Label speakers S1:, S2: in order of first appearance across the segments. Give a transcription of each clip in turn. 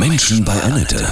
S1: Menschen bei Annette.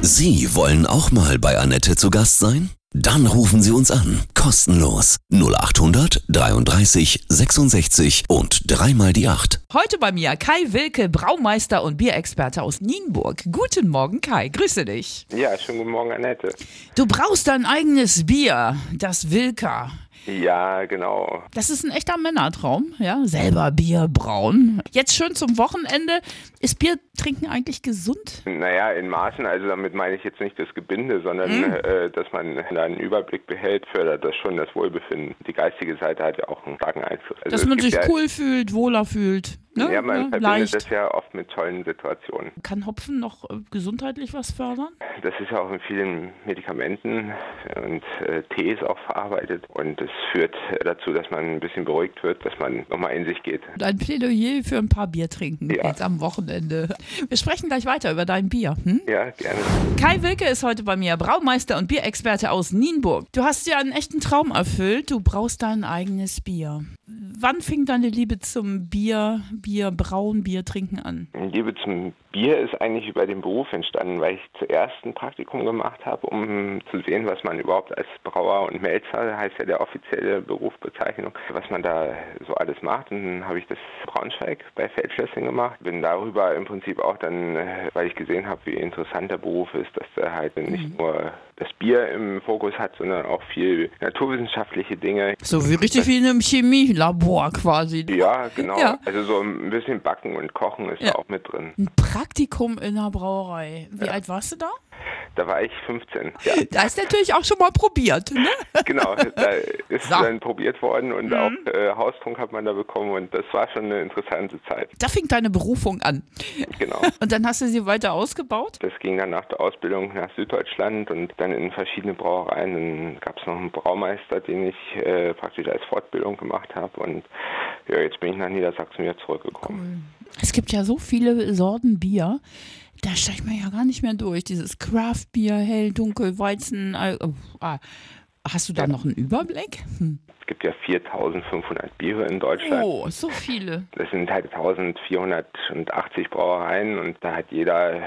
S1: Sie wollen auch mal bei Annette zu Gast sein? Dann rufen Sie uns an. Kostenlos. 0800 33 66 und dreimal die 8.
S2: Heute bei mir Kai Wilke, Braumeister und Bierexperte aus Nienburg. Guten Morgen, Kai. Grüße dich.
S3: Ja, schönen guten Morgen, Annette.
S2: Du brauchst dein eigenes Bier, das Wilka.
S3: Ja, genau.
S2: Das ist ein echter Männertraum, ja. Selber Bier brauen. Jetzt schön zum Wochenende. Ist Bier trinken eigentlich gesund?
S3: Naja, in Maßen, also damit meine ich jetzt nicht das Gebinde, sondern
S2: Hm.
S3: äh, dass man einen Überblick behält, fördert das schon das Wohlbefinden. Die geistige Seite hat ja auch einen starken Einfluss. Also
S2: Dass
S3: es
S2: man
S3: gibt
S2: sich
S3: ja,
S2: cool fühlt, wohler fühlt. Ne?
S3: Ja, man verbindet
S2: Leicht.
S3: das ja oft mit tollen Situationen.
S2: Kann Hopfen noch äh, gesundheitlich was fördern?
S3: Das ist ja auch in vielen Medikamenten und äh, Tees auch verarbeitet und es führt äh, dazu, dass man ein bisschen beruhigt wird, dass man nochmal in sich geht.
S2: Dein Plädoyer für ein paar Bier trinken
S3: Ja.
S2: jetzt am Wochenende. Wir sprechen gleich weiter über dein Bier. Hm?
S3: Ja, gerne.
S2: Kai Wilke ist heute bei mir, Braumeister und Bierexperte aus Nienburg. Du hast dir einen echten Traum erfüllt, du brauchst dein eigenes Bier. Wann fing deine Liebe zum Bier, Bier brauen, Bier trinken an?
S3: Die Liebe zum Bier ist eigentlich über den Beruf entstanden, weil ich zuerst ein Praktikum gemacht habe, um zu sehen, was man überhaupt als Brauer und Melzer, heißt ja der offizielle Berufsbezeichnung, was man da so alles macht. Und dann habe ich das Braunschweig bei Feldschlösschen gemacht. Bin darüber im Prinzip auch dann, äh, weil ich gesehen habe, wie interessant der Beruf ist, dass der halt
S2: Mhm.
S3: nicht nur das Bier im Fokus hat, sondern auch viel naturwissenschaftliche Dinge.
S2: So wie richtig wie in einem Chemielabor quasi.
S3: Ja, genau.
S2: Ja.
S3: Also so ein bisschen Backen und Kochen ist
S2: Ja.
S3: da auch mit drin.
S2: Ein Praktikum in einer Brauerei. Wie alt warst du da?
S3: Da war ich 15. Ja.
S2: Da ist natürlich auch schon mal probiert, ne?
S3: Genau, da ist
S2: So.
S3: dann probiert worden und auch äh, Haustrunk hat man da bekommen und das war schon eine interessante Zeit.
S2: Da fing deine Berufung an.
S3: Genau.
S2: Und dann hast du sie weiter ausgebaut?
S3: Das ging dann nach der Ausbildung nach Süddeutschland und dann in verschiedene Brauereien. Dann gab es noch einen Braumeister, den ich äh, praktisch als Fortbildung gemacht habe und ja, jetzt bin ich nach Niedersachsen wieder zurückgekommen.
S2: Es gibt ja so viele Sorten Bier. Da steigt man ja gar nicht mehr durch. Dieses Craft-Bier, hell, dunkel, Weizen. all- oh, ah. Hast du da noch einen Überblick? Hm.
S3: Es gibt ja 4500 Biere in Deutschland.
S2: Oh, so viele.
S3: Das sind halt 1480 Brauereien und da hat jeder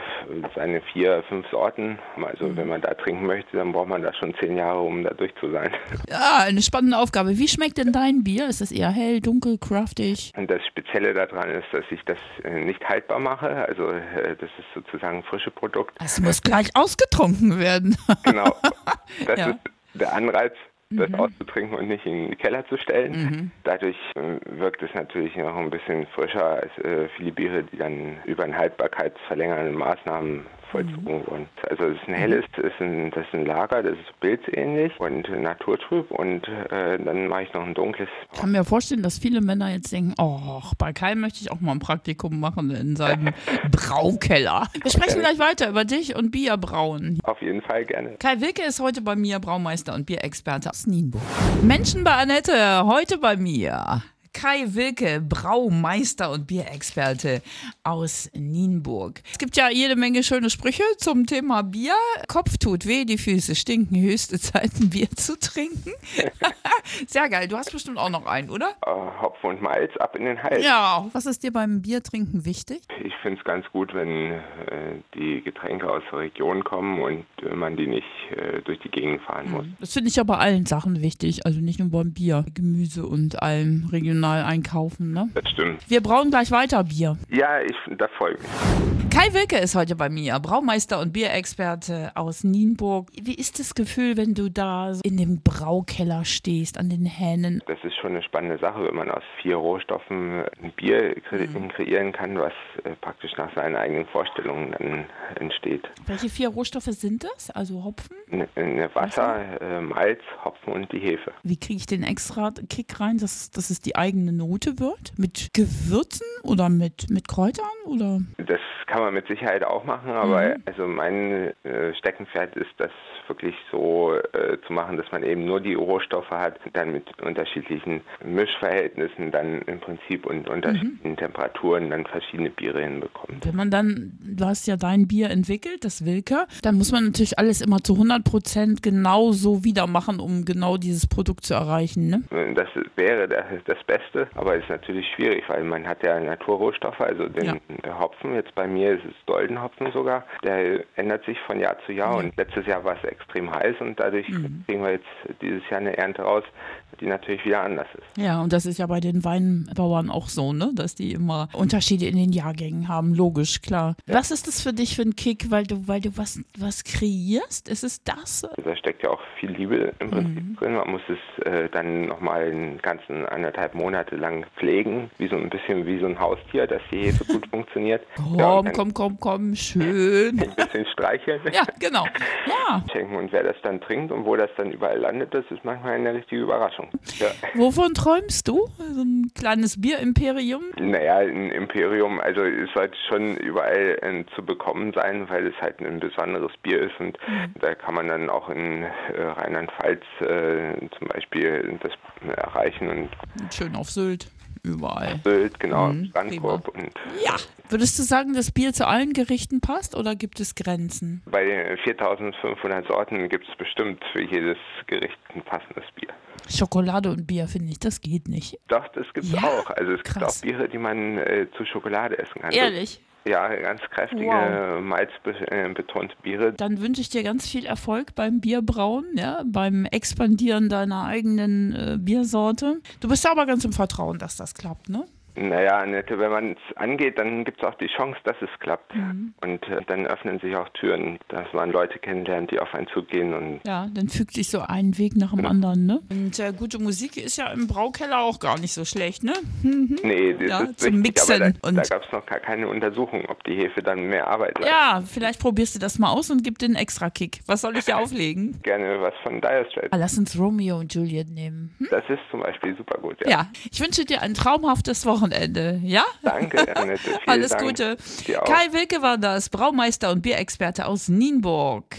S3: seine vier, fünf Sorten. Also wenn man da trinken möchte, dann braucht man da schon zehn Jahre, um da durch zu sein.
S2: Ja, eine spannende Aufgabe. Wie schmeckt denn dein Bier? Ist das eher hell, dunkel, craftig?
S3: Und das Spezielle daran ist, dass ich das äh, nicht haltbar mache. Also äh, das ist sozusagen frische Produkt.
S2: Es muss gleich ausgetrunken werden.
S3: Genau. Das
S2: Ja.
S3: ist der Anreiz, das auszutrinken und nicht in den Keller zu stellen. Dadurch äh, wirkt es natürlich noch ein bisschen frischer als äh, viele Biere, die dann über eine Haltbarkeitsverlängernde Maßnahmen vollzogen wurden. Also es ist ein helles, das ist ein, das ist ein Lager, das ist pilzähnlich und äh, naturtrüb und äh, dann mache ich noch ein dunkles.
S2: Ich kann mir vorstellen, dass viele Männer jetzt denken, oh, bei Kai möchte ich auch mal ein Praktikum machen in seinem Braukeller. Wir sprechen gleich weiter über dich und Bierbrauen.
S3: Auf jeden Fall gerne.
S2: Kai Wilke ist heute bei mir, Braumeister und Bierexperte aus Nienburg. Menschen bei Annette, heute bei mir. Kai Wilke, Braumeister und Bierexperte aus Nienburg. Es gibt ja jede Menge schöne Sprüche zum Thema Bier. Kopf tut weh, die Füße stinken, höchste Zeit ein Bier zu trinken. Sehr geil, du hast bestimmt auch noch einen, oder?
S3: äh, Hopfen und Malz ab in den Hals.
S2: Ja. Was ist dir beim Biertrinken wichtig?
S3: Ich finde es ganz gut, wenn äh, die Getränke aus der Region kommen und äh, man die nicht äh, durch die Gegend fahren muss.
S2: Das finde ich ja bei allen Sachen wichtig, also nicht nur beim Bier. Gemüse und allem regional einkaufen, ne?
S3: Das stimmt.
S2: Wir brauen gleich weiter Bier.
S3: Ja, ich da folge ich.
S2: Kai Wilke ist heute bei mir, Braumeister und Bierexperte aus Nienburg. Wie ist das Gefühl, wenn du da so in dem Braukeller stehst, an den Hähnen?
S3: Das ist schon eine spannende Sache, wenn man aus vier Rohstoffen ein Bier kre kreieren kann, was äh, praktisch nach seinen eigenen Vorstellungen dann entsteht.
S2: Welche vier Rohstoffe sind das? Also Hopfen?
S3: N n- Wasser, äh, Malz, Hopfen und die Hefe.
S2: Wie kriege ich den extra Kick rein, dass, dass es die eigene Note wird? Mit Gewürzen oder mit, mit Kräutern? Oder?
S3: Das kann man mit Sicherheit auch machen, aber also mein äh, Steckenpferd ist das wirklich so äh, zu machen, dass man eben nur die Rohstoffe hat, dann mit unterschiedlichen Mischverhältnissen dann im Prinzip und unterschiedlichen Temperaturen dann verschiedene Biere hinbekommt.
S2: Wenn man dann, du hast ja dein Bier entwickelt, das Wilke, dann muss man natürlich alles immer zu 100% genau so wieder machen, um genau dieses Produkt zu erreichen, ne?
S3: Äh, Das wäre das, das Beste, aber ist natürlich schwierig, weil man hat ja Naturrohstoffe, also den Hopfen jetzt bei mir ist es Doldenhopfen sogar. Der ändert sich von Jahr zu Jahr und letztes Jahr war es extrem heiß und dadurch kriegen wir jetzt dieses Jahr eine Ernte raus, die natürlich wieder anders ist.
S2: Ja, und das ist ja bei den Weinbauern auch so, ne? dass die immer Unterschiede in den Jahrgängen haben. Logisch, klar. Was ist das für dich für ein Kick, weil du, weil du was, was kreierst? Ist es das?
S3: Also Da steckt ja auch viel Liebe im Prinzip drin. Man muss es äh, dann nochmal einen ganzen anderthalb Monate lang pflegen, wie so ein bisschen wie so ein Haustier, dass die Hefe gut funktioniert.
S2: Komm,
S3: Ja, äh, und dann
S2: komm, komm, komm, schön.
S3: Ein bisschen streicheln,
S2: Ja, genau. Ja.
S3: schenken und wer das dann trinkt und wo das dann überall landet, das ist manchmal eine richtige Überraschung. Ja.
S2: Wovon träumst du? So ein kleines Bierimperium?
S3: Naja, ein Imperium, also es sollte schon überall äh, zu bekommen sein, weil es halt ein besonderes Bier ist und
S2: Mhm.
S3: da kann man dann auch in äh, Rheinland-Pfalz äh, zum Beispiel das erreichen und
S2: Schön auf Sylt. Überall.
S3: Sylt, genau,
S2: Mhm,
S3: Brandkorb und
S2: Ja. Würdest du sagen, dass Bier zu allen Gerichten passt oder gibt es Grenzen?
S3: bei 4500 Sorten gibt es bestimmt für jedes Gericht ein passendes Bier.
S2: Schokolade und Bier, finde ich, das geht nicht.
S3: Doch, das gibt's
S2: Ja?
S3: auch. Also es gibt
S2: Krass.
S3: auch Biere, die man äh, zu Schokolade essen kann.
S2: Ehrlich?
S3: Ja, ganz kräftige,
S2: Wow.
S3: malzbetonte Biere.
S2: Dann wünsche ich dir ganz viel Erfolg beim Bierbrauen, ja, beim Expandieren deiner eigenen äh, Biersorte. Du bist aber ganz im Vertrauen, dass das klappt, ne?
S3: Naja, Annette, wenn man es angeht, dann gibt es auch die Chance, dass es klappt.
S2: Mhm.
S3: Und äh, dann öffnen sich auch Türen, dass man Leute kennenlernt, die auf einen zugehen. Und
S2: Ja, dann fügt sich so ein Weg nach dem
S3: Genau.
S2: anderen, ne? Und äh, gute Musik ist ja im Braukeller auch gar nicht so schlecht, ne?
S3: nee, das
S2: Ja,
S3: ist
S2: zum
S3: richtig, aber
S2: Mixen
S3: da,
S2: und-
S3: da gab es noch gar keine Untersuchung, ob die Hefe dann mehr Arbeit leistet.
S2: Ja, vielleicht probierst du das mal aus und gib den extra Kick. Was soll ich dir auflegen?
S3: Gerne was von Dire Straits.
S2: Ah, Lass uns Romeo und Juliet nehmen. Hm?
S3: Das ist zum Beispiel super gut. Ja.
S2: Ja, ich wünsche dir ein traumhaftes Wochenende, ja?
S3: Danke, Annette. Vielen
S2: Alles
S3: Dank.
S2: Gute.
S3: Dir auch.
S2: Kai Wilke war das, Braumeister und Bierexperte aus Nienburg.